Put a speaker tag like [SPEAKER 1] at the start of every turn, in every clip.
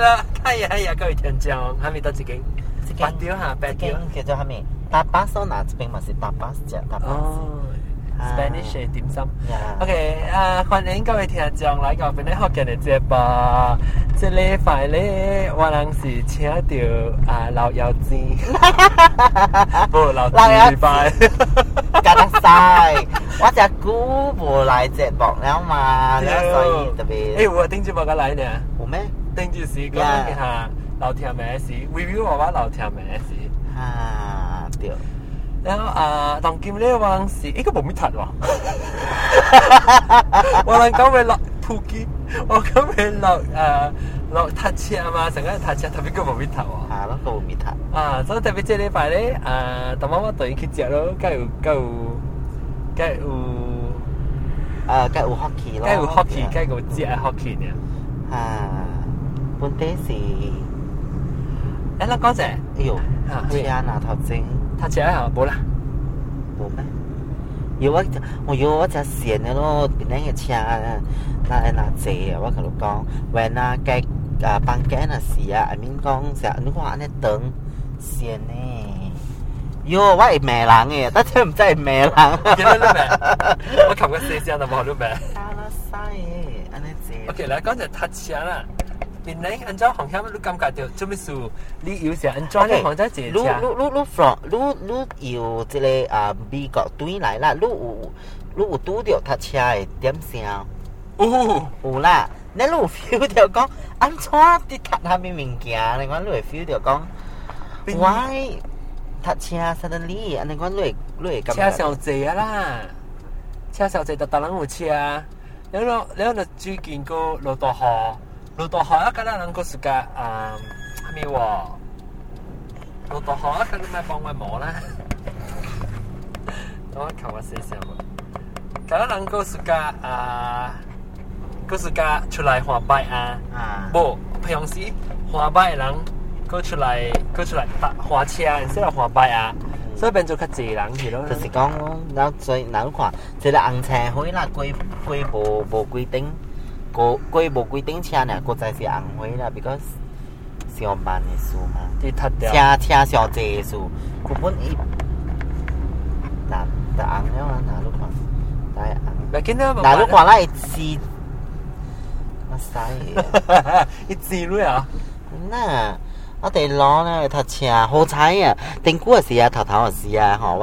[SPEAKER 1] 啦，哎呀哎呀，各位听众，哈密到一间，
[SPEAKER 2] 一
[SPEAKER 1] 白
[SPEAKER 2] 间
[SPEAKER 1] 钓哈，白
[SPEAKER 2] 一
[SPEAKER 1] 钓。
[SPEAKER 2] 间叫做啥物？搭巴桑拿这边嘛是搭巴食搭巴。
[SPEAKER 1] 哦
[SPEAKER 2] 啊
[SPEAKER 1] ，Spanish 的點心。
[SPEAKER 2] 呀
[SPEAKER 1] OK，啊，歡迎各位聽眾來到本地學嘅節目。即禮拜咧，我人是請到啊老妖 精，不老
[SPEAKER 2] 老妖
[SPEAKER 1] 妖
[SPEAKER 2] 精
[SPEAKER 1] 拜。
[SPEAKER 2] 干得晒，我只久无来节目了嘛，了所以特
[SPEAKER 1] 誒，
[SPEAKER 2] 别
[SPEAKER 1] 我頂住冇個來呢，
[SPEAKER 2] 有咩？
[SPEAKER 1] 頂住是講
[SPEAKER 2] Yeah
[SPEAKER 1] 一下老聽咩事，review 我話老聽咩事。
[SPEAKER 2] 啊，对，
[SPEAKER 1] 然後啊，當見咧我人是，哎誒，佢冇咩睇喎。我能講咪落土機，我講咪落誒落塔車啊嘛，成日塔車特別個冇咩頭啊。
[SPEAKER 2] 啊，拢都有咪谈，
[SPEAKER 1] 啊，所以特別這禮拜咧，啊，同媽媽對去食咯，梗有梗有梗有
[SPEAKER 2] 呃，该有 hockey 咯，
[SPEAKER 1] 梗有 hockey，梗有食 hockey 呢。
[SPEAKER 2] 啊，本地是，
[SPEAKER 1] 誒，那講者
[SPEAKER 2] 哎呦
[SPEAKER 1] 啊，咩
[SPEAKER 2] 天啊，头前
[SPEAKER 1] 塔車啊，冇啦，
[SPEAKER 2] 无咩？有我，我有我只线的咯，边那个车那那坐啊，我跟你讲，when 啊该啊房间啊是啊，阿明讲啥，你看安尼长线呢？哟，我系骂人诶，但系唔知系骂人。
[SPEAKER 1] 見到你未？我琴日四聲就冇到未
[SPEAKER 2] 阿拉西诶，安尼坐。
[SPEAKER 1] ？OK，嗱，講者塔車啦。原來按照航向，你感覺到做咩事？你要時按照你航向自己
[SPEAKER 2] 你你
[SPEAKER 1] 車。
[SPEAKER 2] 你你 from 你你由即个啊美国对来啦，你有你有拄着搭车诶点声？
[SPEAKER 1] 哦。
[SPEAKER 2] 有啦，你有 feel 到讲，安怎伫读下面物件？你讲你会 feel 到讲
[SPEAKER 1] 邊
[SPEAKER 2] ，why 读车 suddenly？安尼讲你會你会感覺
[SPEAKER 1] 车上济啊啦，车上济就特人有车，啊然后然后就最近个落大雨，落大雨啊，个咱人个时间啊，还没喎，落大雨啊，个你咪帮我摸啦， 我求我试试无，个咱人个时间啊，个时间出来换拜啊，
[SPEAKER 2] 啊，
[SPEAKER 1] 无平时换拜的人。个出来，个出来搭花车，然后换拜啊，所以变做较济人去咯。
[SPEAKER 2] 就是讲，咱最咱看，一个红车花啦，规规无无规定，规规无规定车呢，国再是红花啦，because 上班的事嘛，
[SPEAKER 1] 你踢掉。
[SPEAKER 2] 车车上济的事，根本伊，那那红了啊，那你看，那红。
[SPEAKER 1] 咪見到
[SPEAKER 2] 嗱，如 果啦，是，我使，
[SPEAKER 1] 一字女啊，
[SPEAKER 2] 那我哋攞咧去搭車，好彩啊！定估嘅事啊，頭頭嘅事啊，嗬，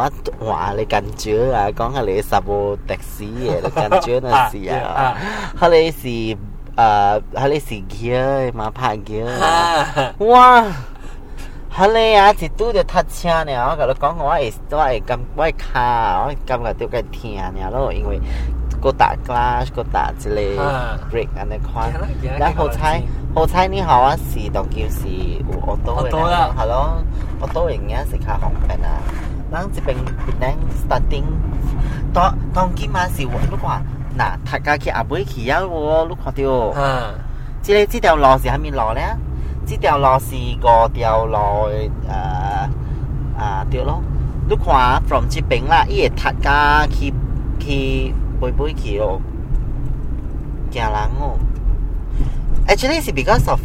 [SPEAKER 2] 我話你近住啊，講下你十部的士嘅，你近住嘅事
[SPEAKER 1] 啊
[SPEAKER 2] 啊，嚇你是誒，嚇你是嘅嘛拍嘅，啊哇！嚇你啊！一拄着搭車呢，我甲你講，我會我會感我會卡，我會感覺到佢痛呢啊咯，因為個打 glass 個打之類
[SPEAKER 1] 啊
[SPEAKER 2] break 安尼款
[SPEAKER 1] 行啦行啦，
[SPEAKER 2] 然後猜
[SPEAKER 1] 行啦
[SPEAKER 2] 好彩呢下我是當叫是有學到嘅
[SPEAKER 1] Auto 啦
[SPEAKER 2] 啦，係咯，學到嘅嘢是較方便啊。咱這邊邊咱 starting，當當今嘛是有你看，嗱，大家去阿妹去啊喎，你看到。
[SPEAKER 1] 啊，
[SPEAKER 2] 即係呢條路是喺邊路咧？呢條路是嗰條路誒啊對咯。你看啊 from 這邊啦，伊會塔架去去背背去咯，驚人哦。Actually 是 because of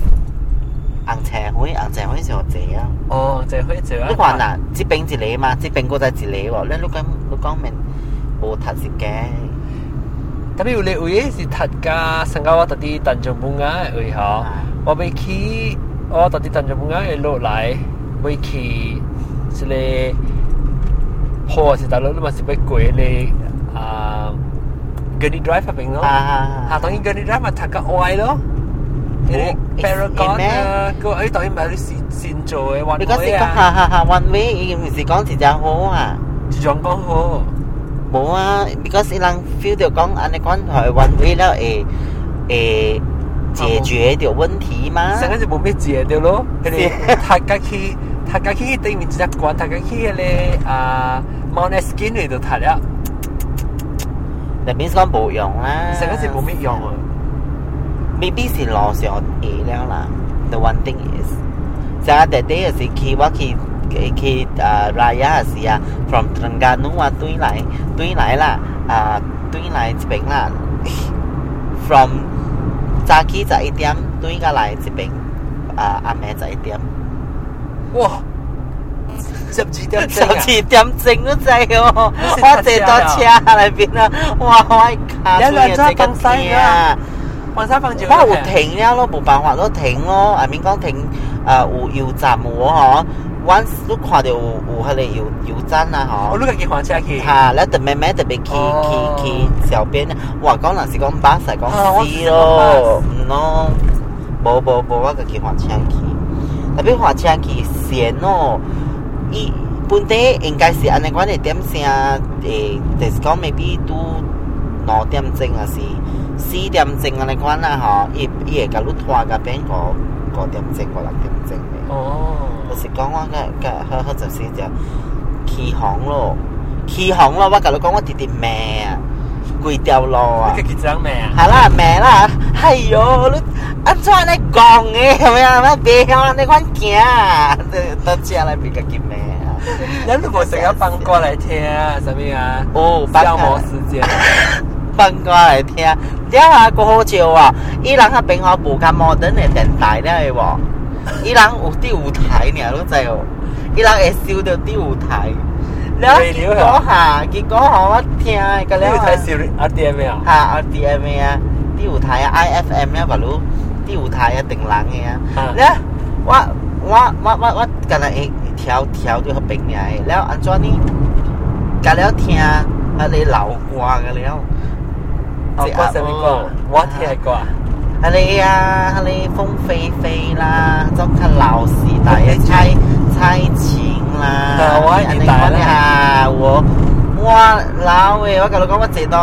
[SPEAKER 2] 紅車會紅車會上濟啊。
[SPEAKER 1] 哦，就可以做啊。
[SPEAKER 2] 你看嗱，這邊一里嘛，這邊嗰隻一里喎。你你講你講明冇塔是嘅，
[SPEAKER 1] 特別有你位是塔架，新加坡特地丹中門啊位
[SPEAKER 2] 哦
[SPEAKER 1] 嗬，我未去，我特地丹中門啊會落來，未去是咧，好是大佬，你嘛是要過咧啊，Gurney Drive 入邊咯，啊，
[SPEAKER 2] 啊
[SPEAKER 1] 當然 Gurney Drive 咪塔架外咯。Paragon 啊，個誒當然唔係啲善善做嘅，話
[SPEAKER 2] 你講是講哈哈哈 one 啊 way，伊唔是講是隻好啊。
[SPEAKER 1] 自撞光好。
[SPEAKER 2] 冇啊，because 伊人 feel 到讲安尼款台湾为了诶诶解决掉问题嘛。
[SPEAKER 1] 成日就冇咩字掉咯，佢哋塔架去塔架去對面一隻館，塔架去嗰個啊 Mount Skin 嚟度塔啦，
[SPEAKER 2] 那边讲冇用啦，
[SPEAKER 1] 成日就冇咩用啊。
[SPEAKER 2] 未必是路上嘢了啦。The one thing is，成日第第是去我去去啊 Raya 是啊，from Terengganu 啊對來對來啦啊對來這邊 啦，from 早起十一點對過來這邊。啊暗暝十一點，
[SPEAKER 1] 哇，十二 点
[SPEAKER 2] 十
[SPEAKER 1] 整啊
[SPEAKER 2] 二！點整都滯哦，
[SPEAKER 1] 你識
[SPEAKER 2] 我坐
[SPEAKER 1] 搭
[SPEAKER 2] 到
[SPEAKER 1] 車
[SPEAKER 2] 車裏邊啊， 哇！我一卡啊
[SPEAKER 1] 你係咪
[SPEAKER 2] 住
[SPEAKER 1] 揸東西㗎
[SPEAKER 2] 啊！
[SPEAKER 1] 晚上放酒，
[SPEAKER 2] 我有停啊了咯，冇辦法都停咯。阿明講停，誒有油站冇嗬，once 都看到有有佢哋油油站啊
[SPEAKER 1] 我
[SPEAKER 2] 嗬。
[SPEAKER 1] 都跟佢還車去。
[SPEAKER 2] 嚇！你特別咩特別
[SPEAKER 1] 哦
[SPEAKER 2] 去去去小邊，哇！講嗱是講巴士講
[SPEAKER 1] 啊我
[SPEAKER 2] 司咯，唔咯，冇冇冇，我自己換車去，特別換車去線咯，伊本地應該是安尼款嘅點聲，誒，就是講 maybe 都五點鐘啊是四點鐘安尼款啦嗬，伊伊會甲你拖甲變五五點鐘五六點鐘嘅。
[SPEAKER 1] 哦
[SPEAKER 2] 就是講我嘅嘅佢佢就是就起航咯，起航咯，我甲你講我直直命啊，攰掉路啊
[SPEAKER 1] 你，跟佢講咩啊？
[SPEAKER 2] 係啦命啦，哎呦，你安怎安尼講嘅咁樣，乜別安尼款行啊， 得車內邊嘅叫命啊，
[SPEAKER 1] 那如果想要搬过来听，怎么样？
[SPEAKER 2] 哦，
[SPEAKER 1] 消磨时间。
[SPEAKER 2] 放歌嚟聽，了下個好笑啊！伊人喺邊我無咁摩登嘅電台了嘅喎，伊人有啲舞台呢，都知哦，伊人會燒到啲舞台。了結果下，結果我聽個
[SPEAKER 1] 你
[SPEAKER 2] 了啊
[SPEAKER 1] 有睇小阿爹没有？
[SPEAKER 2] 下 RDMA 啊，啲舞台啊，IFM 咧，話佬啲舞台啊，定冷嘅啊。
[SPEAKER 1] 啊，
[SPEAKER 2] แล้วว่าว่าว่าว่าว่ากันเองเที่ยวเที่ยวด้วยเขาเป็นไงแล้วอันจอนี่กันแล้วเทียอะไรเหล่ากวางกันแล้ว
[SPEAKER 1] 我过什么歌？我听过。
[SPEAKER 2] อะไรอะอะไรฟงเฟยเฟยล่ะเจ้าขันเหล่าสีตายใช่ใช่ชิงล่ะ
[SPEAKER 1] อ่าว่าอี
[SPEAKER 2] นี้
[SPEAKER 1] ตาย
[SPEAKER 2] ก็
[SPEAKER 1] แล้ว
[SPEAKER 2] เนี่ยว่าว่าแล้วเว้ยว่ากันแล้วก็ว่าเจดอ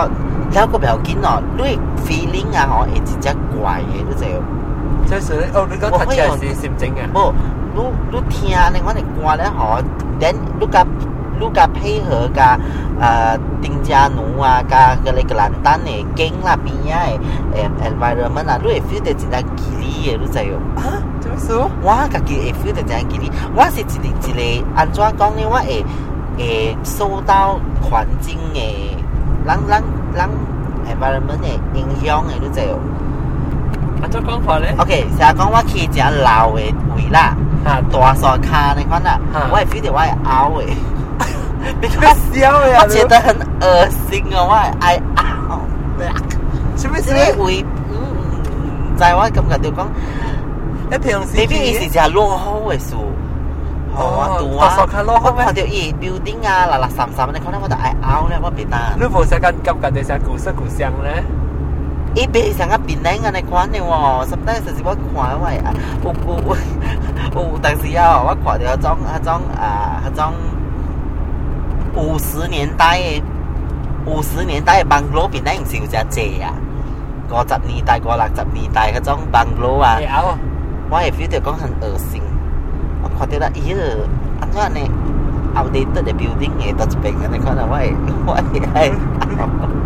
[SPEAKER 2] แล้วก็แบบกินหนอด้วย feeling อะหอเอจิจะกวายเอรู้เจอ
[SPEAKER 1] 就是哦，你讲读书是心情啊？
[SPEAKER 2] 不，你你听呢，我哋歌咧嗬，等你甲你甲配合甲呃丁家奴啊，甲嗰啲格蘭丹嘅景啦邊啊嘅誒 environment 啊，你會 feel 到真係吉利嘅，你知喎。
[SPEAKER 1] 啊，怎么说？
[SPEAKER 2] 我家己會 feel 到真係吉利，我是一個一個安怎講呢？我會會受到環境嘅人人人 environment 嘅影響嘅，你知喎。
[SPEAKER 1] 啊，做广播咧？
[SPEAKER 2] OK，成日講我去一隻老嘅位啦。
[SPEAKER 1] 啊，
[SPEAKER 2] 大刷卡那款啦
[SPEAKER 1] 啊，
[SPEAKER 2] 我也 feel 到我係拗嘅，
[SPEAKER 1] 你开笑呀？
[SPEAKER 2] 我覺得很惡心啊，我係愛拗。
[SPEAKER 1] 什么
[SPEAKER 2] 即
[SPEAKER 1] 事？
[SPEAKER 2] 係會，嗯，就係我感覺到講
[SPEAKER 1] 你平时
[SPEAKER 2] ，maybe 伊是只落後嘅樹，
[SPEAKER 1] 哦
[SPEAKER 2] 哦，拄
[SPEAKER 1] 大
[SPEAKER 2] 啊
[SPEAKER 1] 刷卡落後
[SPEAKER 2] 我
[SPEAKER 1] 咩
[SPEAKER 2] 看到伊 building 啊，垃圾三三，你看到我就愛拗咧，我變啦。
[SPEAKER 1] 你无时间感觉到啥古色古香咧？
[SPEAKER 2] 伊比上個變靚嘅那款嘅喎，sometimes 就是我看我係愛有有有，但是啊，我看到迄種迄種啊迄種五十年代嘅五十年代嘅 bungalow 變靚是有只濟啊，五十年代、五六十年代迄種 bungalow 啊
[SPEAKER 1] 会，咬啊？
[SPEAKER 2] 我係 feel 到講很惡心，我看到啦，咦，安怎呢？outdated 嘅 building 嘅到一邊嘅，你看到我係我係。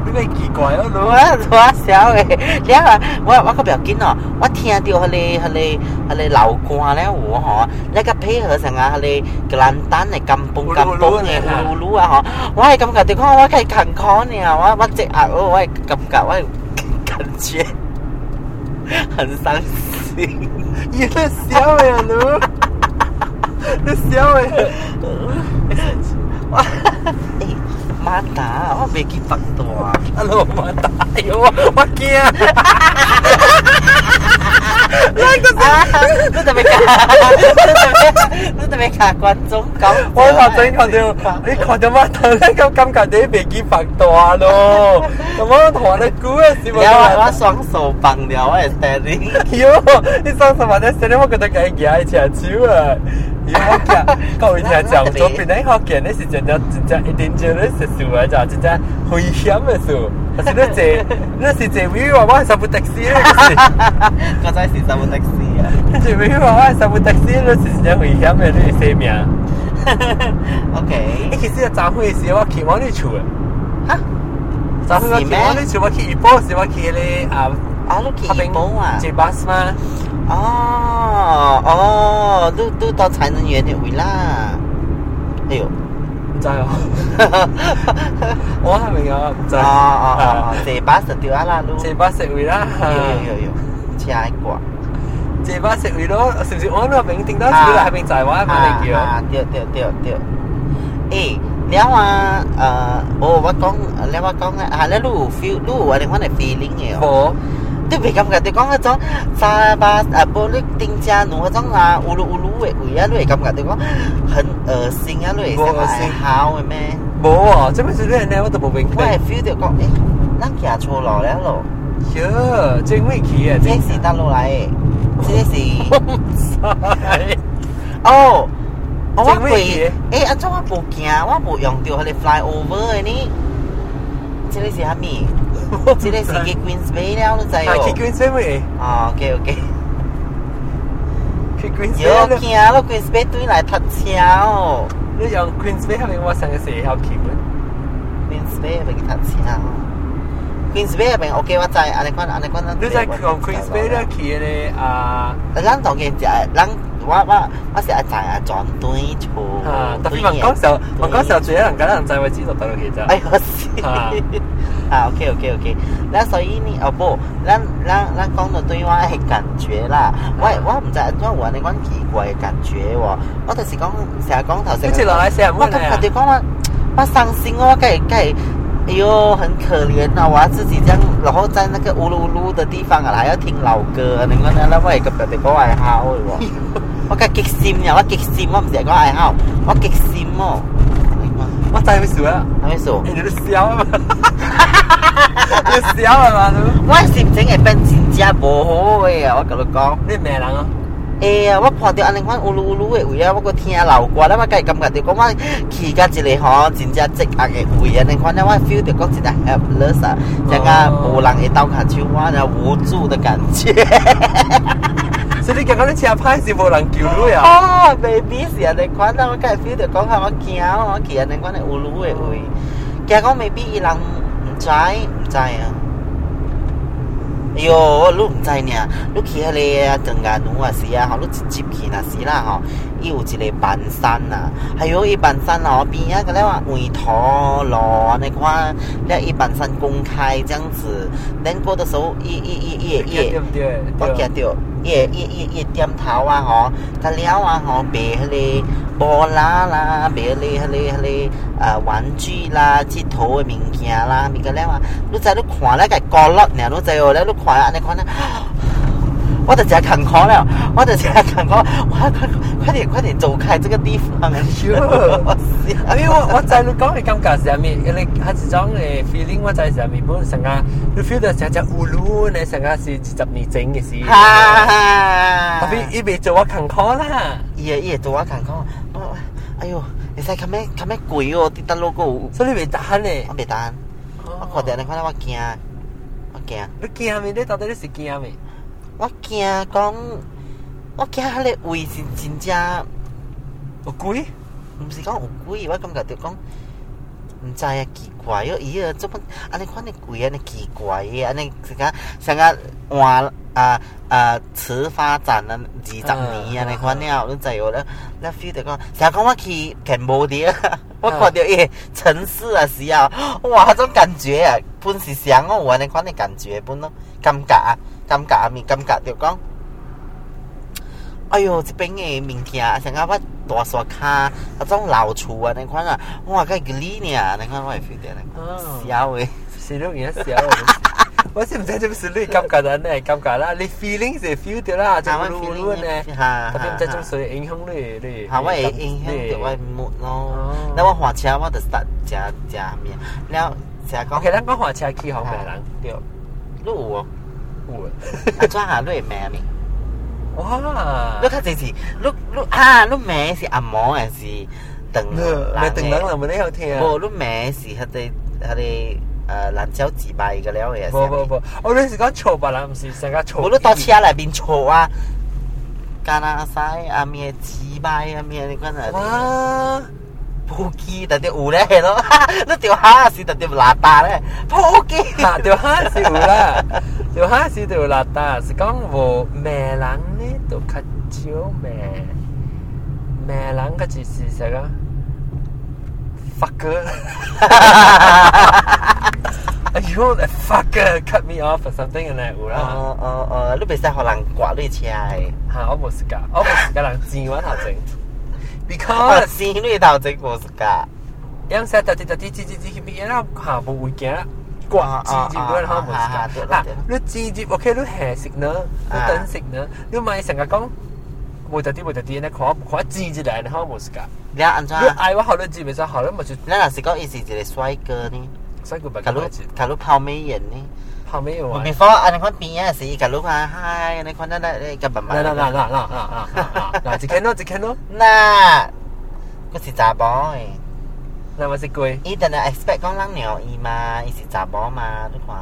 [SPEAKER 1] 你咪奇怪咯，
[SPEAKER 2] 我
[SPEAKER 1] 你
[SPEAKER 2] 我小诶，然后我我个表紧哦，我听到迄个迄个迄个老歌咧有吼，那个配合上啊，迄个格兰丹诶金蹦金蹦诶呼噜啊吼，我系感觉对讲我系坎坷呢，我我只啊我我系感觉我感觉很伤心，
[SPEAKER 1] 你在笑呀， 你，你笑呀？
[SPEAKER 2] 我诶马达我未记放到啊，
[SPEAKER 1] 啊，老妈打哟，我惊。
[SPEAKER 2] 你特别卡，你特别卡观众讲，
[SPEAKER 1] 我頭先 看到，你看到乜？頭先咁感覺啲鼻子發大咯，咁我同你估嘅事冇
[SPEAKER 2] แล้วอะว่า
[SPEAKER 1] 錯。
[SPEAKER 2] สองโซบังเดียวไอ้แต่นี่
[SPEAKER 1] 喲，你上次話你寫啲乜嘅都計嘢係長超啊！要我講，各位聽眾，左邊呢學嘅呢是真正真正 dangerous 嘅事啊，就真正危險嘅事。但是你借，你是借 view 話我係上部的士咧，
[SPEAKER 2] ก็ใช้สีสมุทรแท็กซี่อะ
[SPEAKER 1] 你借 view 話我係上部的士，你是真正危險嘅呢啲生命。
[SPEAKER 2] โอเค
[SPEAKER 1] 你其實早會時我去往你厝嘅。
[SPEAKER 2] ฮะ
[SPEAKER 1] 早會我去往你厝，我去怡保時我去咧啊，
[SPEAKER 2] อ๋อลูกขี่
[SPEAKER 1] 他
[SPEAKER 2] โป้อ่ะ
[SPEAKER 1] 坐 bus 嘛。
[SPEAKER 2] อ๋ออ๋อดูดูตอนสายนันเย็นเนี่ยวิล่าเอ้ย
[SPEAKER 1] 唔知哦，我係咪啊？唔知。
[SPEAKER 2] อ๋ออ๋ออ๋
[SPEAKER 1] 啊
[SPEAKER 2] 啊อเซบัสเตอร์ติวาลาลูก哎
[SPEAKER 1] 坐 bus 會啦。
[SPEAKER 2] เอ้ยเอ้ยเอ้ยเอ้ยใช่กว่า
[SPEAKER 1] 这把食鱼咯，是不是我那边听到是不是还没在哇？马来叫，
[SPEAKER 2] 啊对对对对。啊เอ้ยแล้วว่าเอ่อโอ้ว่าก้องแล้วว่าก้องอ่ะแล้วรู้ฟิลรู้อะไรว่าไหนฟีลิ่งเหรอ
[SPEAKER 1] 无
[SPEAKER 2] 对袂感觉，对讲迄种沙巴啊，无你顶遮弄迄种啊，乌噜乌噜的位啊，你会感觉对讲很恶心啊，你会感觉会好的咩？
[SPEAKER 1] 无哦，这边是咧呢，我都无明
[SPEAKER 2] 我会
[SPEAKER 1] 白。
[SPEAKER 2] feel 到讲，诶、咱行错路了咯，
[SPEAKER 1] 哟，真未起诶，
[SPEAKER 2] 这
[SPEAKER 1] 真
[SPEAKER 2] 是大路来的，这是
[SPEAKER 1] 晒。
[SPEAKER 2] 哦。哦，我袂，诶，啊，怎我无惊，我无用到迄个 fly over 的呢？这个是啥 物？这个是去 Queens Bay 了，你知
[SPEAKER 1] 啊，去
[SPEAKER 2] 哦？
[SPEAKER 1] 卷水未？
[SPEAKER 2] 啊，OK OK。
[SPEAKER 1] 去卷水
[SPEAKER 2] 有
[SPEAKER 1] 咧，
[SPEAKER 2] 惊了 Queens Bay 对来塞车哦。
[SPEAKER 1] 你用卷水下面我上个时候去咧。
[SPEAKER 2] Queen's Bay เป็นทัดเสีย Queen's Bay เป็นโอเคว่าใจอะไรก็อะไรก็นั่น
[SPEAKER 1] 你在用 Queen's Bay
[SPEAKER 2] 啊
[SPEAKER 1] 咧去咧啊
[SPEAKER 2] แล้วร่างตองเกณฑ์จะร่างว่าว่าว่าเสียใจอ่ะจอนตุ้ยโชว์
[SPEAKER 1] 啊，特别问讲时候，问讲时候最人家人在位知道到落去咋
[SPEAKER 2] ไอ้？ ฮัสซี่
[SPEAKER 1] อ่า
[SPEAKER 2] อ่าโอเคโอเคโอเคแล้ว所以你哦不然让让光的对外感觉啦我我唔知我我那款奇怪的感觉喎我就是讲成日讲头先
[SPEAKER 1] 你接落来成
[SPEAKER 2] 我
[SPEAKER 1] 问
[SPEAKER 2] 感
[SPEAKER 1] 咧
[SPEAKER 2] 觉
[SPEAKER 1] 啊
[SPEAKER 2] 就讲我我伤心哦，我该该，哎呦，很可怜呐、我要自己这样，然后在那个乌噜噜的地方啊，还要听老歌，你讲那我也个表弟我爱好的喎，我该激心啊呀，我激心，我唔是讲爱好，我激心哦，你讲
[SPEAKER 1] 我在位数啊，
[SPEAKER 2] 还没说
[SPEAKER 1] 哎，，你都笑啊嘛，你笑啊嘛，
[SPEAKER 2] 我的心情会变真正无好的啊，我跟你讲。
[SPEAKER 1] 你你咩人啊？
[SPEAKER 2] เออว่าพอเดียวอันนึงว่าอูรูอูรูเออุยอะว่าก็เทียเหล่ากว่าแล้วว่าไก่กำกับเดียวก็ว่าขี่กันจิเลยฮอจินจะจิกอักเออุยอันนึงว่าเนี่ยว่าฟิลเดียวก็จิจะแฮปเลสอะยังก็ปูหลังไอเต้าขาชิวว่าเนี่ยวูจู的感觉
[SPEAKER 1] 所以你刚刚你车牌是无人救你
[SPEAKER 2] อ๋อ
[SPEAKER 1] 啊？
[SPEAKER 2] เบบี้เสียในควันแล้วว่าไก่ฟิลเดียวก็คำว่าเกี้ยวว่าเกี้ยในควันในอูรูเออุยแกก็ไม่บี้อีหลังใจใจอะโยลูกใจเนี่ยลูกขี่ทะเลจังกาหนูอ่ะเสียเขาลูกจิบขี่น่ะเสียละเขา 伊有一个板山呐、啊，还有一板山哦，边啊个了啊，围头路啊那款，了一板山公开这样子，咱过的时候，一一一一
[SPEAKER 1] 对
[SPEAKER 2] 一，
[SPEAKER 1] 不对？
[SPEAKER 2] 我记着，一一一一点头啊吼，个了啊吼，卖迄个波拉啦，卖迄个迄个迄个啊玩具啦，佚佗的物件啦，咪个了啊，你知你看了个角落呢，你知哦，了你看安尼看 呢。我的家坎坷了，我的家坎坷，我要快快点快点走开这个地方！啊我
[SPEAKER 1] 因为我我在你讲你感觉是啥物，因为还是种诶 feeling，我在是啥物，本身啊，你 feel 到像只乌噜呢，像啊是二十年前嘅事。
[SPEAKER 2] 哈哈，
[SPEAKER 1] 特别伊未做我坎坷啦，
[SPEAKER 2] 伊个伊个做我坎坷，我我哎哟，会使咁咩咁咩贵哦，跌得 logo，
[SPEAKER 1] 所以你未打呢。
[SPEAKER 2] 我袂单，我看到你看到我惊，我惊，
[SPEAKER 1] 你惊未？你到底你是惊未？
[SPEAKER 2] 我惊讲，我惊迄个位是真正，
[SPEAKER 1] 有鬼？
[SPEAKER 2] 毋是讲有鬼，我感觉着讲。毋知啊，奇怪哦，伊个做乜？安尼款的鬼，安尼奇怪的，安尼是讲像啊换啊啊迟发展啊二十年安啊尼款了，你知哦了？那 feel 着讲，想讲我去 Cambodia，我看到诶城市啊是啊，哇，迄种感觉啊，本是想哦，有安尼款的感觉，本咯感觉啊，感觉啊，咪感觉着讲。哎哟，这边的物件，像啊，我大刷卡，迄种老厝啊，那款啊，哇，个理呢，那款我会 feel 到那款。笑诶，
[SPEAKER 1] 是你原笑我。我是唔知是不是你感觉到呢？感觉啦，你 feeling 是 feel 到啦，就乌噜呢。
[SPEAKER 2] 哈
[SPEAKER 1] 特别唔知种水影响你，你。
[SPEAKER 2] 哈，我会影响到我的 mood 咯
[SPEAKER 1] 哦。
[SPEAKER 2] 那我火车我就 start 食食面，了食讲
[SPEAKER 1] OK，咱讲火车去航咩人？
[SPEAKER 2] 对，你有哦，
[SPEAKER 1] 有。
[SPEAKER 2] 啊，抓下你会咩呢？
[SPEAKER 1] 哇
[SPEAKER 2] 你！较真是，你你啊，你咩是阿毛还是长
[SPEAKER 1] 你定人啦，冇你有听啊？
[SPEAKER 2] 无，你咩是迄个迄个呃兰州自卖嘅了嘅。
[SPEAKER 1] 不不不，我你是讲错别人，唔是成家错。
[SPEAKER 2] 我都到车内面坐啊，干阿西阿咩自卖阿咩你讲啊，
[SPEAKER 1] 哇！
[SPEAKER 2] 普基特啲有咧係咯，你條蝦是特啲邋遢咧，普基。
[SPEAKER 1] 嚇條蝦是有啦，條蝦是條邋遢，是講無咩人呢都較少咩咩人嘅就是食啊，fuck 哥， you that fucker cut me off or something and like
[SPEAKER 2] เออเออเออลูกเป็นสายหัวหลังกว่าลูกเชียร์
[SPEAKER 1] ha almost ga almost ga lang jin wa ta jing
[SPEAKER 2] เปิด
[SPEAKER 1] because
[SPEAKER 2] ซีลูกเต่าเจ๊กโบสกะ
[SPEAKER 1] yang sa ta ti ta ti ti ti ti mi era ha bu wi ga กว่าจีจีด้วยนะผม
[SPEAKER 2] อ่าๆๆเดี๋ยวๆ
[SPEAKER 1] อ่ะรู้จีจีโอเครู้แห่สิกเนอะรู้เต้นสิกเนอะรู้ไม่สังกัดกล้องโมจัดที่โมจัดที่นะขอขอจีจีได้นะฮะโมสกัด
[SPEAKER 2] แล้วอันจ้า
[SPEAKER 1] รู้ไอ้ว่าเขารู้จีไม่ใช่เขาแล้วมันจะ
[SPEAKER 2] แล้วหลังสิก็อีสี่จะได้สวยเกินนี่
[SPEAKER 1] สักกูแบบ
[SPEAKER 2] กับ
[SPEAKER 1] กั
[SPEAKER 2] ลู
[SPEAKER 1] น
[SPEAKER 2] ก
[SPEAKER 1] จี
[SPEAKER 2] กับลูกเผาไม่เย็นนี่
[SPEAKER 1] เขาไม่ไหว
[SPEAKER 2] before อันนั้นคนปีอ่ะสีกับลูกพาให้อันนั้นคนนั้นได้กับแบบ
[SPEAKER 1] น่าน่าน่าน่าน่าน่าน่าน่าจีแค่นู้นจีแค่นู้น
[SPEAKER 2] น่าก็สิจ้าบอย
[SPEAKER 1] น่ามาสิกุย
[SPEAKER 2] อีแต่เนี่ย expect ก้องล่างเหนียวอีมาอีสิจ้าบอมาด้วยกว่า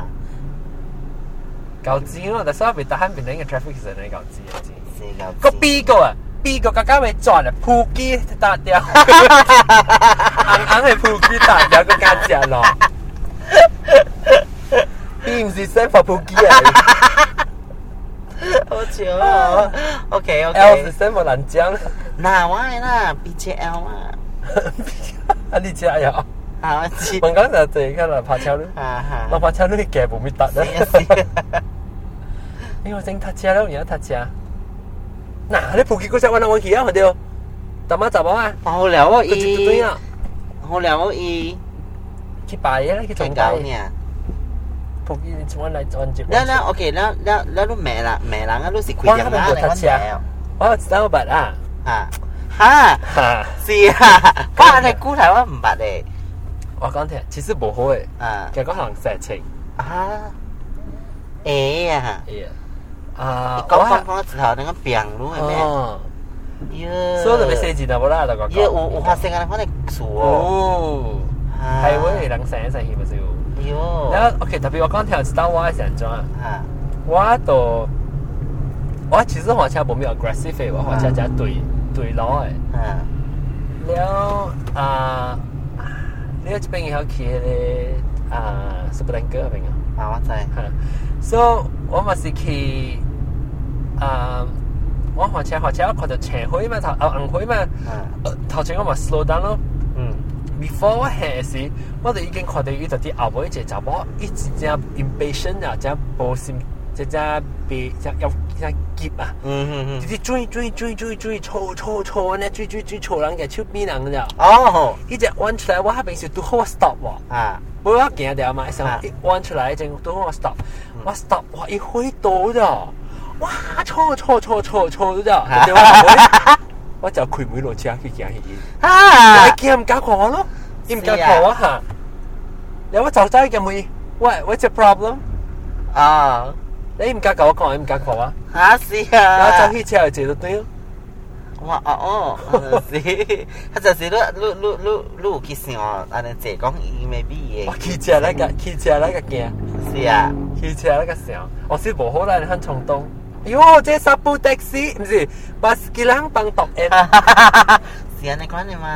[SPEAKER 1] เกาจีเนอะแต่สภาพเป็นทหารเป็นนั่งกับ traffic คือนั่งเกาจีจี
[SPEAKER 2] สิกับ
[SPEAKER 1] ก็ปี ก็อ่ะปีก็ก้าวไปจอดอ่ะพูกี้ตาเดี ยวอังอังให้พูกี้ตาเดียวก็การเสียหรอ พี่มซีเซ่ฟอร์พูกี้ อ่ะ
[SPEAKER 2] โอ้เชียวโอเคโอเค
[SPEAKER 1] L ซีเซ่ฟอร์หลันเจียง
[SPEAKER 2] หน้าว่าหน้า BJL อ่ะ
[SPEAKER 1] อันนี้เจียอ่ะ
[SPEAKER 2] หาว่าจี
[SPEAKER 1] มันก็จะเจอแค่ละพาเช้าด้วย
[SPEAKER 2] ฮ่าฮ่า
[SPEAKER 1] เราพาเช้าด้วยแกผมไม่ตัด นะ
[SPEAKER 2] เสียเสีย
[SPEAKER 1] นี่ว่าเซ็งทัชเชียแล้วอย่างทัชเชียน่ะได้พูกี้ก็จะวันละวันขี่อ่ะคนเดียวแต่มาจับว่า
[SPEAKER 2] เอาแล้วว่า
[SPEAKER 1] ตัว
[SPEAKER 2] อี
[SPEAKER 1] จิตตัวเนี่ย
[SPEAKER 2] เอาแล้วว่าอี
[SPEAKER 1] ขี้ไปแล้วขี้จ
[SPEAKER 2] เก่
[SPEAKER 1] ง
[SPEAKER 2] ง
[SPEAKER 1] ไป
[SPEAKER 2] เก่าเนี่ย
[SPEAKER 1] พูกี้ชวนอะไรจนจิต
[SPEAKER 2] แล้วแล้วโอเคแล้วแล้วแล้วรุ่นแหม่ละแหม่ละงั้นรุ่นสิคุย
[SPEAKER 1] ว่า
[SPEAKER 2] อย่าง
[SPEAKER 1] เป็น
[SPEAKER 2] นั้น
[SPEAKER 1] บท
[SPEAKER 2] เลยว่า
[SPEAKER 1] ทัชเชี
[SPEAKER 2] แหม่แล้
[SPEAKER 1] ย
[SPEAKER 2] ว
[SPEAKER 1] ว่าเจ้าบัตรอ่ะ
[SPEAKER 2] อ่ะห้า
[SPEAKER 1] ฮะ
[SPEAKER 2] สี่ห้าว่าอะไรกูถามว่าบัตรเอง
[SPEAKER 1] ว่า刚才其实不会
[SPEAKER 2] อ่า
[SPEAKER 1] แกก็好像色情
[SPEAKER 2] อ่าเอะฮะ
[SPEAKER 1] อ่า
[SPEAKER 2] ก็ฟังฟังสุดท้ายนั่นก็เปลี่ยงรู้ไหมแม่
[SPEAKER 1] 哦
[SPEAKER 2] เยอะ
[SPEAKER 1] 所以就被设计到不啦那个
[SPEAKER 2] เยอะอูอูฮาเซงอะไรเขาเนี่ยสวย
[SPEAKER 1] 哦
[SPEAKER 2] อ่า
[SPEAKER 1] 係會人成成協咪少。
[SPEAKER 2] เยอะ
[SPEAKER 1] 然後 OK，特別我剛聽知道我係成裝啊，
[SPEAKER 2] อ่า
[SPEAKER 1] 我度我其實火車冇咩 aggressive 嘅，我火車就係對對攞嘅。
[SPEAKER 2] อ่า
[SPEAKER 1] 了啊，了這邊有企咧啊，是不能哥邊啊。
[SPEAKER 2] อ่าว่าใจ
[SPEAKER 1] 哈，so 我咪是去啊，我火車火車我看到斜開嘛，頭啊硬開嘛，
[SPEAKER 2] อ่า
[SPEAKER 1] 頭前我咪 slow down 咯。
[SPEAKER 2] อืม
[SPEAKER 1] before 我下時，我哋已經看到伊度啲後尾一隻查某，伊真正 impatient 啊，真無心，真正被真要真急啊！
[SPEAKER 2] อืมอืมอืม
[SPEAKER 1] 直接追追追追追，錯錯錯呢，追追追錯人嘅手邊人了。
[SPEAKER 2] อ๋อ
[SPEAKER 1] 伊只彎出來，我喺邊時拄好我 stop 喎，
[SPEAKER 2] อ่า
[SPEAKER 1] 冇要驚掉嘛，
[SPEAKER 2] 啊
[SPEAKER 1] 想一彎出來正拄好我 stop，我 stop，哇！伊揮刀咗，哇！錯錯錯錯錯咗，就我我就開門落車去行去伊。
[SPEAKER 2] ฮ่า
[SPEAKER 1] ไอ้เกมกล้าขอเนาะอิมกล้าขอวะฮะแล้วว่าเจ้าใจแกมี what what's your problem
[SPEAKER 2] อ่า
[SPEAKER 1] แล้วอิมกล้าขอว่าก่อนอิมกล้าขอวะ
[SPEAKER 2] ฮาเซีย
[SPEAKER 1] แล้วเจ้าที่เชียร์เจตัวนี้
[SPEAKER 2] ว่าอ๋อเออสิถ้าจะสิลูกลูกลูกลูกลูกคิดสิอ๋ออันนั้นเจ๊ก้องอีเมบี้เอง
[SPEAKER 1] ว่าขี้เชียร์แล้วก็ขี้เชียร์แล้วก็เกียร์
[SPEAKER 2] เสีย
[SPEAKER 1] ขี้เชียร์แล้วก็เสียงโอ้สิบ่ฮู้ได้ท่านชงตงโยเจซับปูแท็กซี่ไม่สิบัสกิลังปังตอกเอ็น
[SPEAKER 2] เสียในก้อนเลยมา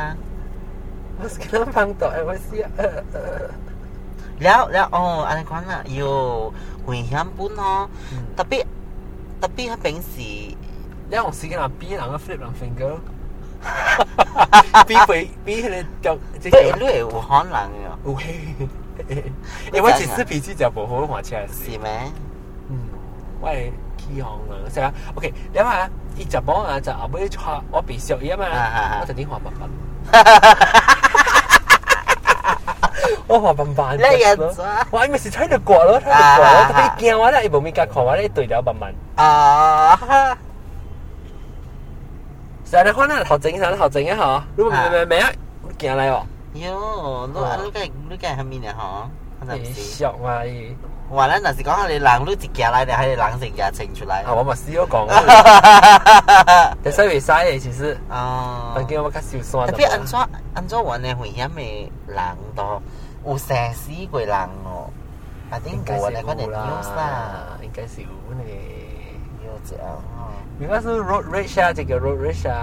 [SPEAKER 1] บัสกิลังปังตอกเอ็นไว้เสียเออเออ
[SPEAKER 2] แล้วแล้วอ๋ออันนั้นก้อนอ่ะอยู่หุ่ยห้ามปุ้นเนาะแต่ปีแต่ปีเขาเป็นสี
[SPEAKER 1] แล้วของสิกันอ่ะปีหลังก็ฟลิปหลังฟิงเกอร์ปีไปปีเลยจังจะ
[SPEAKER 2] เฮ้ย
[SPEAKER 1] เกี่ยว
[SPEAKER 2] ลูกเอ๋ห้อนหลังเหรอ
[SPEAKER 1] 喂，因为其实脾气就无好看起来
[SPEAKER 2] สี
[SPEAKER 1] 是，
[SPEAKER 2] ไหม
[SPEAKER 1] 嗯，我系起行啊，是啊，OK，你话伊就帮啊，就后尾话我被笑伊啊嘛，我就点话笨笨，我话笨笨，
[SPEAKER 2] แล้วอย่าจ้า
[SPEAKER 1] 我咪是睇到过咯，睇到过咯，特别惊我咧，伊无咪夹狂我咧，对了笨笨，
[SPEAKER 2] อ๋อ
[SPEAKER 1] 就你看那头整上头整一下，你明明明啊，惊你哦，
[SPEAKER 2] โย่ลูกอันลูกแกลูกแกทำมีเนี่ยหรออันนั้น
[SPEAKER 1] 你
[SPEAKER 2] สี
[SPEAKER 1] 笑嘛伊，
[SPEAKER 2] ว่าแล้วน่ะสิก้องอะไรหลังลูกจิกแกอะไรเนี่ยให้หลังสิ่งยาเชิงชุดไร
[SPEAKER 1] 啊我咪试咗讲，但所以为啥嘢其实，
[SPEAKER 2] อ๋อ
[SPEAKER 1] 但见我较少酸。
[SPEAKER 2] แต่พี่อันซ้ออันซ้อวันในหุ่ยเหี้ยเมหลังต่ออูแซซีกวยหลังเนาะอันนี้
[SPEAKER 1] 应
[SPEAKER 2] กู
[SPEAKER 1] 该
[SPEAKER 2] อะไร
[SPEAKER 1] 是
[SPEAKER 2] ก็เนี่ย
[SPEAKER 1] 有
[SPEAKER 2] ยูซ่า
[SPEAKER 1] 啦，应该是有呢。
[SPEAKER 2] ยูเจล
[SPEAKER 1] 你那是 road rage 啊，这个 road rage 啊，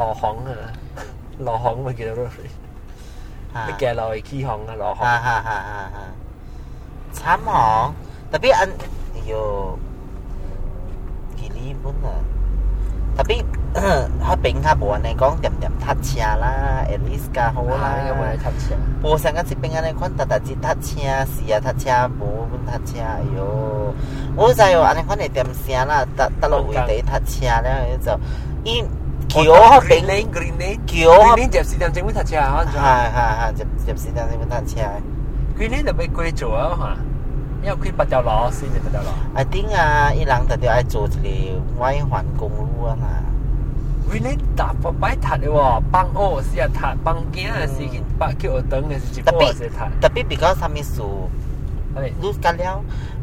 [SPEAKER 1] 老行啊，老行咪叫做 road rage，你嘅老系 key 行啊，老
[SPEAKER 2] ฮ่า
[SPEAKER 1] 行。
[SPEAKER 2] ฮ่าฮ่าฮ่าฮ่าช้ำหอแต่พี่อันยูกิลี่บุ้นอ่ะแต่พี่ ถ้าเป็นถ้าบอกว่าในกล้องเต็มๆทัดเชียร์ละเอลิสกาโฮ
[SPEAKER 1] 我
[SPEAKER 2] ละ
[SPEAKER 1] 啦，有冇嚟睇先？
[SPEAKER 2] โปสังกัดสิเป็นอะไรคนตัดตัดจิตทัดเชียร์เสียทัดเชียร์โบมันทัดเชียร์อยู่โอ้ใจว่าอันนี้คนเนี่ยเต็มเสียละตัดตลอดวิถีทัดเชียร์แล้วจะอีเขียวเขาเป็น
[SPEAKER 1] green lane green lane
[SPEAKER 2] เขียวเขา
[SPEAKER 1] green lane 就係正正會睇車啊，
[SPEAKER 2] ฮ่าฮ่าฮ่าเจ็บเจ็บสีแดงสีมันทัดเชียร์
[SPEAKER 1] green lane 就俾佢做啊嘛，因為佢拔掉螺先至拔掉螺。
[SPEAKER 2] I think 啊อ่ะอีหลังแต่เดี๋ยวไอ้โจจะเลยไว้หวันกงรู้อะนะ
[SPEAKER 1] green lane 搭不擺塔嘅喎，崩屋是啊塔，崩鏡啊是白叫我等嘅是接
[SPEAKER 2] แต่ปี
[SPEAKER 1] 波是塔，
[SPEAKER 2] แต่ปี because ทำมิสู
[SPEAKER 1] 係
[SPEAKER 2] รู้กันแล้ว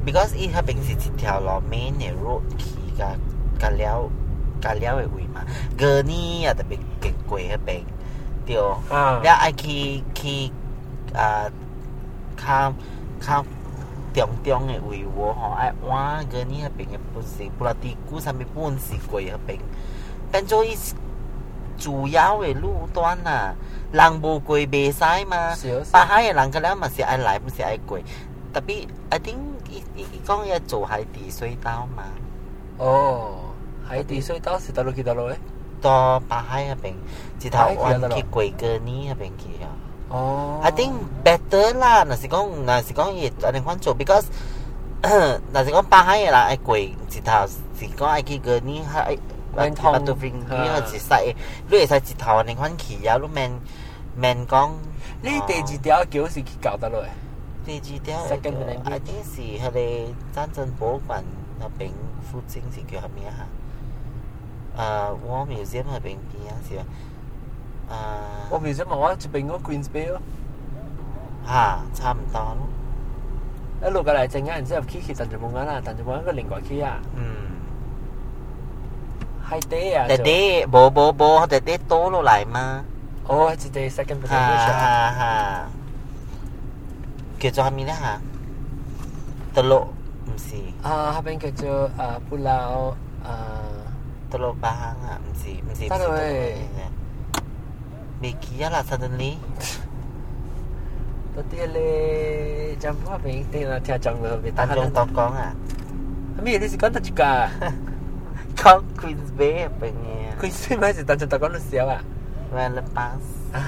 [SPEAKER 2] because อีถ้าเป็นสิทธิ์แถวล้อเมนเนี่ยรถขี่กันกันแล้วกันแล้วไอ้อุ้ยมา เกอร์นี่อาจจะเป็นเก่งกวยให้เป็นเดียว
[SPEAKER 1] 啊
[SPEAKER 2] แล้วไอ้ขี่ขี่อ่าข้ามข้ามเตียงเตียงไอ้อุ้ยวัวหอไอ้ว่าเกอร์นี่ให้เป็นไอ้ปุ่นสิปกติกูทำเป็นปุ่นสิกวยให้เป็นเป็นโจอี主要的路段呐、啊，人无过袂使嘛。
[SPEAKER 1] 少
[SPEAKER 2] ปลา
[SPEAKER 1] 少
[SPEAKER 2] ให้หลังกันแล้วมันเสียไอ้หลายมันเสียไอ้กวยแต่พี่ I think อีอีอีกล้องจะจู่ไฮตีซวยเต้ามา
[SPEAKER 1] 哦，喺地隧道是到落幾多路嘅？
[SPEAKER 2] ต่อปลาให้อะเป็นจิตาวันคิดกวยเกินนี้อะเป็นกี่อ่ะ
[SPEAKER 1] 哦
[SPEAKER 2] I think better ล่ะน่ะสิกล้องน่ะสิกล้องอีอันนี้ความจบ because เอ่อน่ะสิกล้องปลาให้อะล่ะไอ้กวยจิตาสิกล้องไอ้กี่เกินนี้ให้ไอ้
[SPEAKER 1] แมนทอง
[SPEAKER 2] ประตูฟริง
[SPEAKER 1] อ่า
[SPEAKER 2] นี่ก็จิใส่ด้วยใส่จิตาวันในความขี่ยาวรู้แมนแมนกล้อง
[SPEAKER 1] 呢第二條橋是去搞得落嘅，
[SPEAKER 2] ีจีเดียว
[SPEAKER 1] Second Mandarin
[SPEAKER 2] I think สีทะเลจ้านเจินโป๊กวันเราเป็นฟูจิงสีเกี่ยวกับเมียค่ะเอ่อวอลมิวเซียมเราเป็นเปียเสียเอ่อ
[SPEAKER 1] 我咪想問我接邊個 Queen's Bay 咯，
[SPEAKER 2] ฮ่าชำตอน
[SPEAKER 1] 一路過嚟陣間，然之後 Kiki 鄧俊夢啦，鄧俊夢一個另外 Kiki 啊，
[SPEAKER 2] อืม
[SPEAKER 1] 係 Day 啊，
[SPEAKER 2] แต่เด้โบโบโบเขาแต่เด้โตโลหลายมา
[SPEAKER 1] 哦，係 Day Oh, second
[SPEAKER 2] ฮ่า
[SPEAKER 1] presentation
[SPEAKER 2] ฮ่า
[SPEAKER 1] 啊。
[SPEAKER 2] ฮ่าเกี่ยวกับมีนะฮะตลกอืมสิ
[SPEAKER 1] อ่าถ้าเป็นเกิดเจออ่าปุลาวอ่า
[SPEAKER 2] ตลกบ้างอ่ะอืมสิอืมสิ
[SPEAKER 1] ตลกเอ้ย
[SPEAKER 2] เบกี้ยล่ะ suddenly
[SPEAKER 1] ตัวเตี้ยเลยจำพวกเป็นเตียนะเทียจังเลยไป
[SPEAKER 2] ตั
[SPEAKER 1] ตั้
[SPEAKER 2] น
[SPEAKER 1] ง
[SPEAKER 2] จงตอกล้องอ่ะ
[SPEAKER 1] ถ้ามีที่สิก้อนตัดจิกา
[SPEAKER 2] เขาควีนส์เบย์เป็นไง
[SPEAKER 1] คุยซื้อมาสิตันจันตะก้อนเสียวอ่ะ
[SPEAKER 2] แมนเลปัส
[SPEAKER 1] อ่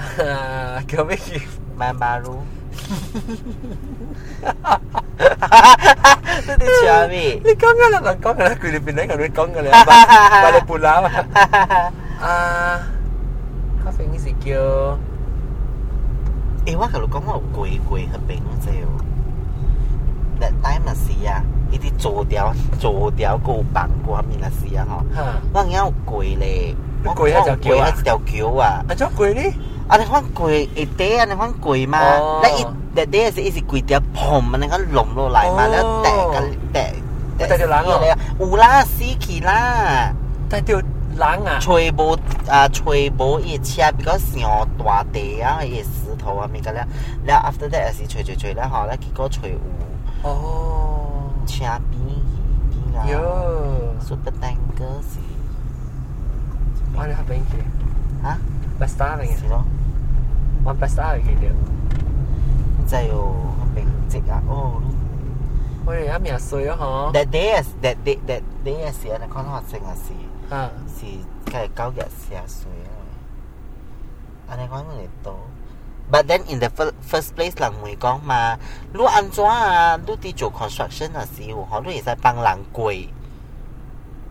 [SPEAKER 1] าเกือบไม่กี่
[SPEAKER 2] แมนบารูนี่เชียร์พี่
[SPEAKER 1] นี่ก้องกันแล้วก้องกันแล้วคุยเป็นไหนกันด้วยก้องกันเลยบ้าบ้าเลยปุลาวอ่ะอ่าถ้าเป็นที่สิเกียว
[SPEAKER 2] เอ้ยว่ากับลูกก็ว่ากุยกุยเขาเป็นเซลแต่ใต้มาเซียอีที่โจเดียวโจเดียวกูปังกูมีนาเซียเหรอ
[SPEAKER 1] ฮะ
[SPEAKER 2] ว่าเงี้ยกุยเลยกุยให้เจ้าเกียวอ่ะ
[SPEAKER 1] อันชอบคุยนี่
[SPEAKER 2] อันนั้นว่ากุยไอเต้อันนั้นว่ากุยมา
[SPEAKER 1] อ๋อ
[SPEAKER 2] และอีแต่เต้สิไอสิกุยเตี้ยผมอันนั้นก็หล่มโลไหลมาแล้วแตะกันแตะ
[SPEAKER 1] แต่เดี๋ยวล้างเหรอ
[SPEAKER 2] อะไรอะอูล่าซีขีล่า
[SPEAKER 1] แต่เดี๋ยวล้างอ่ะ
[SPEAKER 2] ชวยโบอ่าชวยโบอีเชียบิก็เสียวตัวเตะอ่ะไอสิทอวามีกันแล้วแล้ว after that อะสิชวยชวยชวยแล้วหอแล้วกี่ก็ชวยอู
[SPEAKER 1] โอ้
[SPEAKER 2] เชียปีปีละ
[SPEAKER 1] เยอะ
[SPEAKER 2] ซุปเปอร์แตงเกอร์สิ
[SPEAKER 1] ว่าถ้าเป็นที่
[SPEAKER 2] ฮะ
[SPEAKER 1] บัสต้าอะไรเงี้ย
[SPEAKER 2] สิเนาะ
[SPEAKER 1] มันบัสต้าอะไรเดียว
[SPEAKER 2] ใจโอเป็นจิกอ่ะโอ้
[SPEAKER 1] 我哋而家面水啊，嗬。
[SPEAKER 2] that day is that day that day อะเสียนะเขาทอดเสียงอะสี
[SPEAKER 1] 啊，
[SPEAKER 2] สีไก่เก้าแก่เสียสวยอะไรอันนี้ก็ไม่ได้โต but then in the fir- first place หลังมวยกองมาลู่อันจ้าลู่ที่จู่ construction อะสีหัวเขาลู่อีสานปังหลังกุย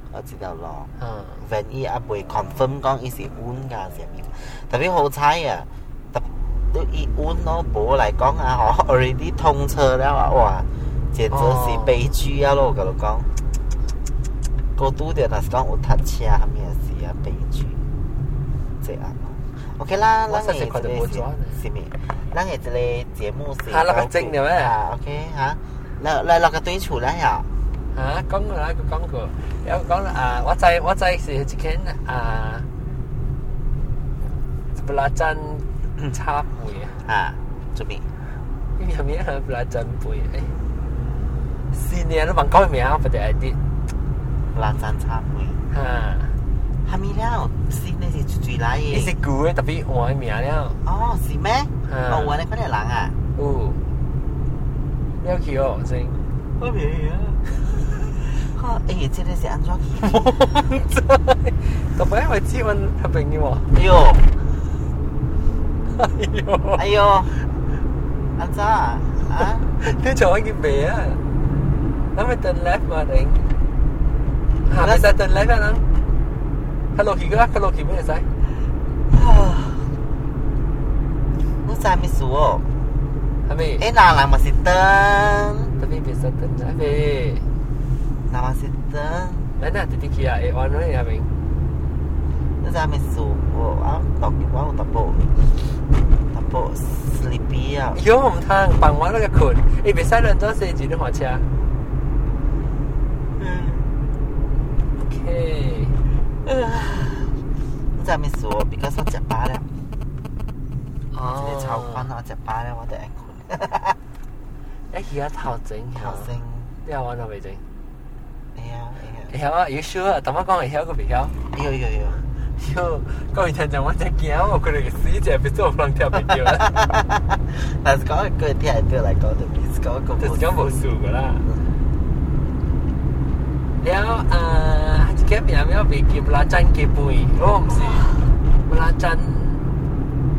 [SPEAKER 2] เอาจิตเอาลอง
[SPEAKER 1] 啊，
[SPEAKER 2] van อีอับวย confirm กองอีสีอุ้นกาเสียมีแต่พี่โฮใช้อ่ะแต่ลู่อีอุ้นเนาะโบหลายกองอ่ะหอ already ทงเชอแล้วอ่ะว้าเจ็ดเจอสีไปชี้อ่ะโลกับลูกกองกูตู้เดียวนะสกองอุทัดเชียเมียสีอ่ะไปชี้เจ้าโอเคล่ะแล้วไงจะเลยสิมีแล้วไงจะเลยเจมูสีโอเคฮะแล้วแล้วเราก็ตุ้ยฉูแล้วอ่ะ
[SPEAKER 1] 啊，講過啦，佢講過，有講啦，啊，我仔我仔是一間啊，布拉珍插梅啊，
[SPEAKER 2] อ่ะจุบิ
[SPEAKER 1] 呢邊面係布拉珍貝，誒，四年都問講名，我哋係啲，
[SPEAKER 2] ลาจันชาปุย
[SPEAKER 1] 嚇，
[SPEAKER 2] ฮามีแล้วซีนในสิจุจุยไรเอ
[SPEAKER 1] 呢
[SPEAKER 2] ง
[SPEAKER 1] 只股特別我名了，
[SPEAKER 2] อ๋อสิแม่
[SPEAKER 1] 嚇，
[SPEAKER 2] เอาไว้ในข้อไหนหลังอ่ะ
[SPEAKER 1] 哦，了解哦，真，
[SPEAKER 2] ก็เพียงข้อ 哇，诶，这个是安怎去？
[SPEAKER 1] 特别我知阮合并嘅喎，
[SPEAKER 2] 哎哟，
[SPEAKER 1] 哎哟，
[SPEAKER 2] 哎哟，安怎啊？啊，
[SPEAKER 1] 你做緊件咩啊？咁咪 turn left 嘛定？下咪就 turn left 啊？Hello 佢啦，Hello 佢咩使？
[SPEAKER 2] 我真系未熟哦。
[SPEAKER 1] 係咪？
[SPEAKER 2] 诶，那人嘛是灯，
[SPEAKER 1] 特別別實 turn left 嘅。
[SPEAKER 2] 那嘛是灯，
[SPEAKER 1] Lain lah titik kia eh on ni abang.
[SPEAKER 2] 我真系未熟哦。啊，到底我有淡薄，淡薄 sleepy 啊。
[SPEAKER 1] Yo hom thang bang wan la kun. Eh besar dan tu saya jadi hua cha.
[SPEAKER 2] 嗯，
[SPEAKER 1] Okay.
[SPEAKER 2] 我真系未熟，because 我食饱了。这个超宽啊，食饱了我得爱困。
[SPEAKER 1] Eh kia tau jing.
[SPEAKER 2] 头先，
[SPEAKER 1] Dia wan apa jing?
[SPEAKER 2] 哎呀哎呀。
[SPEAKER 1] Eh apa? You sure? Tama kau eh aku bihau.
[SPEAKER 2] 有有有，
[SPEAKER 1] Yo, kau ini jangan wan tak kia. Aku kena si je besar orang tiap video.
[SPEAKER 2] 但是講一句啲人對嚟講都唔知講一個
[SPEAKER 1] Terus
[SPEAKER 2] 故事
[SPEAKER 1] kau bosu kau lah. Dia ah jika miam miam bikin belacan kepui. Oh mesti belacan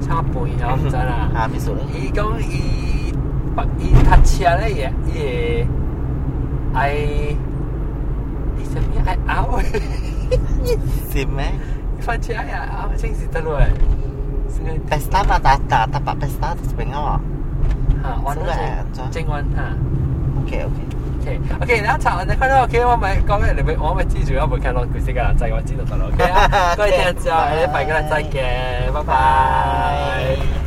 [SPEAKER 1] capui. Oh mesti lah.
[SPEAKER 2] 啊，咪數咧，
[SPEAKER 1] 伊讲伊白伊读车咧，伊会伊会爱伊啥物爱 拗诶，
[SPEAKER 2] 是咩
[SPEAKER 1] 发车呀拗，真是得落诶。是个
[SPEAKER 2] ？Pesta 嘛，打打打把 Pesta 邊啊
[SPEAKER 1] 哈，玩到正玩哈。
[SPEAKER 2] ？OK OK，
[SPEAKER 1] OK OK，然后查完再看到 OK，我咪讲嘅你咪我咪知住，我咪看落佢先噶，就係我知道得啦。OK 啊，各位聽眾，你拜個禮再見，拜拜。